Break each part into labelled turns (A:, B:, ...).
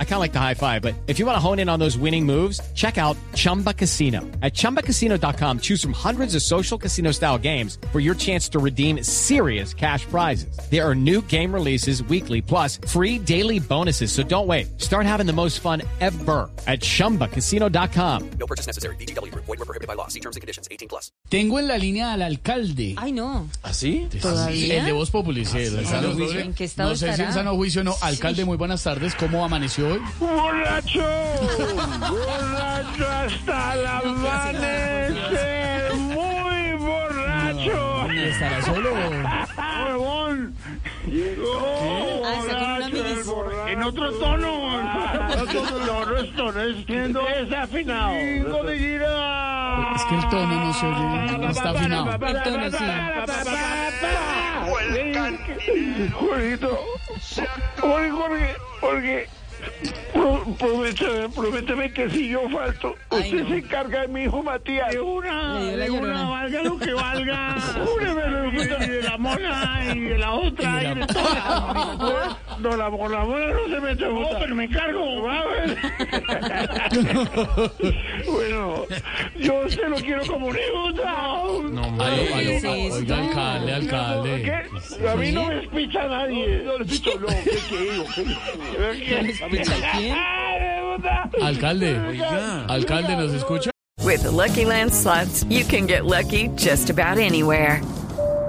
A: I kind of like the high five, but if you want to hone in on those winning moves, check out Chumba Casino. At chumbacasino.com, choose from hundreds of social casino style games for your chance to redeem serious cash prizes. There are new game releases weekly, plus free daily bonuses. So don't wait. Start having the most fun ever at chumbacasino.com.
B: No purchase necessary. BGW. Void were prohibited by law. See terms and conditions. 18 plus.
C: Tengo en la línea al alcalde.
D: Ay, no.
E: ¿Así?
D: Ah, ¿Todavía? Ah,
C: El de Voz Populi, sí, el sano
D: ¿En
C: juicio.
D: qué estado
C: No sé si
D: estará?
C: el sano juicio o no. Alcalde, muy buenas tardes. ¿Cómo amaneció hoy?
F: ¡Borracho! ¡Borracho hasta el amanecer! ¡Muy borracho!
C: ¿Estará solo?
F: ¡Huevón! ¡Llegó!
D: Ah, está con una
F: borracho,
D: minis.
F: borracho. ¡En otro tono! ¡No, esto no es siendo Ah. desafinado! ¡Cinco de gira!
C: Es que el tono no se oye, no está afinado.
D: El tono sí.
F: Jorgito, Jorge, Jorge, Jorge, pro- prométeme, prométeme que si yo falto,
D: Ay,
F: usted
D: no.
F: se encarga de mi hijo Matías. De una,
D: Le dio la de una, llorona.
F: valga lo que valga. y de la mona, y de la otra, y de todas. No, la, con la mona no se mete. No, pero me encargo. va a ver. bueno, yo se lo quiero como un hijo. No,
C: Aló, aló,
D: es
C: aló.
D: esto?
C: Oiga, alcalde, alcalde.
F: ¿Qué? A mí no me espicha nadie. No, no espicho, no. ¿Qué, qué digo? ¿Qué
D: ¿Escucha quién?
C: Alcalde, alcalde, ¿nos escucha?
G: With the Lucky Land slots, you can get lucky just about anywhere.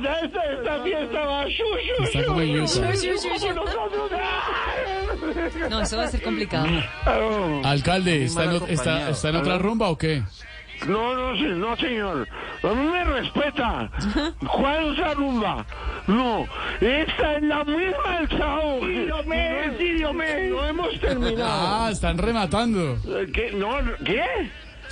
F: Ya esta, esta fiesta va shu, shu,
C: Está como
F: shu,
C: ilusa.
F: shu, shu, shu, shu. Nosotros, ¡ah!
D: No, eso va a ser complicado.
C: Alcalde, ¿está en, o- está, está en otra rumba o qué?
F: No, no, sí, no, señor. A mí me respeta. ¿Cuál es la rumba? No, esta es la misma del chao. No, No hemos terminado.
C: Ah, están rematando.
F: ¿Qué? No, ¿qué?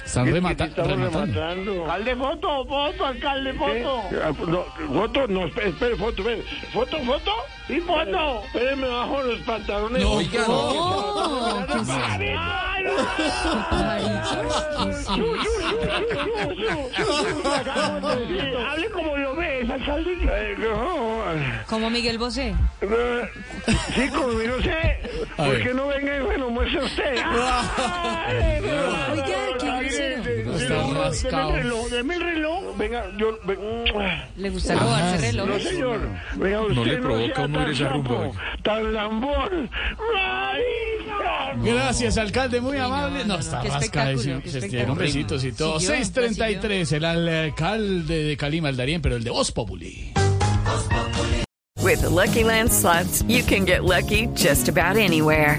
C: Están remata- rematando.
F: Alcalde, foto, foto, alcalde, foto. Ah, pues, No, foto, no, espere, espere, foto, ven. Foto, foto. Y foto. Espérenme bajo los pantalones. No, oiga,
D: Oh, ¿qué es eso?
F: Hable como lo ves, alcalde. Eh, no.
D: Como Miguel Bosé.
F: Eh, Sí, como yo sé. ¿Por qué no venga y me lo muestra usted?
D: Oiga, qué grosero.
C: Está rascado.
F: Deme el reloj, deme el reloj. Venga, yo. ve-
D: Le gusta robarse
F: No,
D: reloj.
F: señor. Venga, usted no le provoca uno ir esa rumba. Tan lambón. ¡Marica!
C: Gracias, alcalde, muy amable.
D: no,
C: No,
D: no,
C: está
D: qué
C: rascadísimo.
D: espectáculo, qué
C: Se dieron
D: espectáculo.
C: besitos y todo.
D: Siguió,
C: 633, el alcalde de Calima, el Darien, pero el de Voz Populi.
G: With the Lucky Land slots, you can get lucky just about anywhere.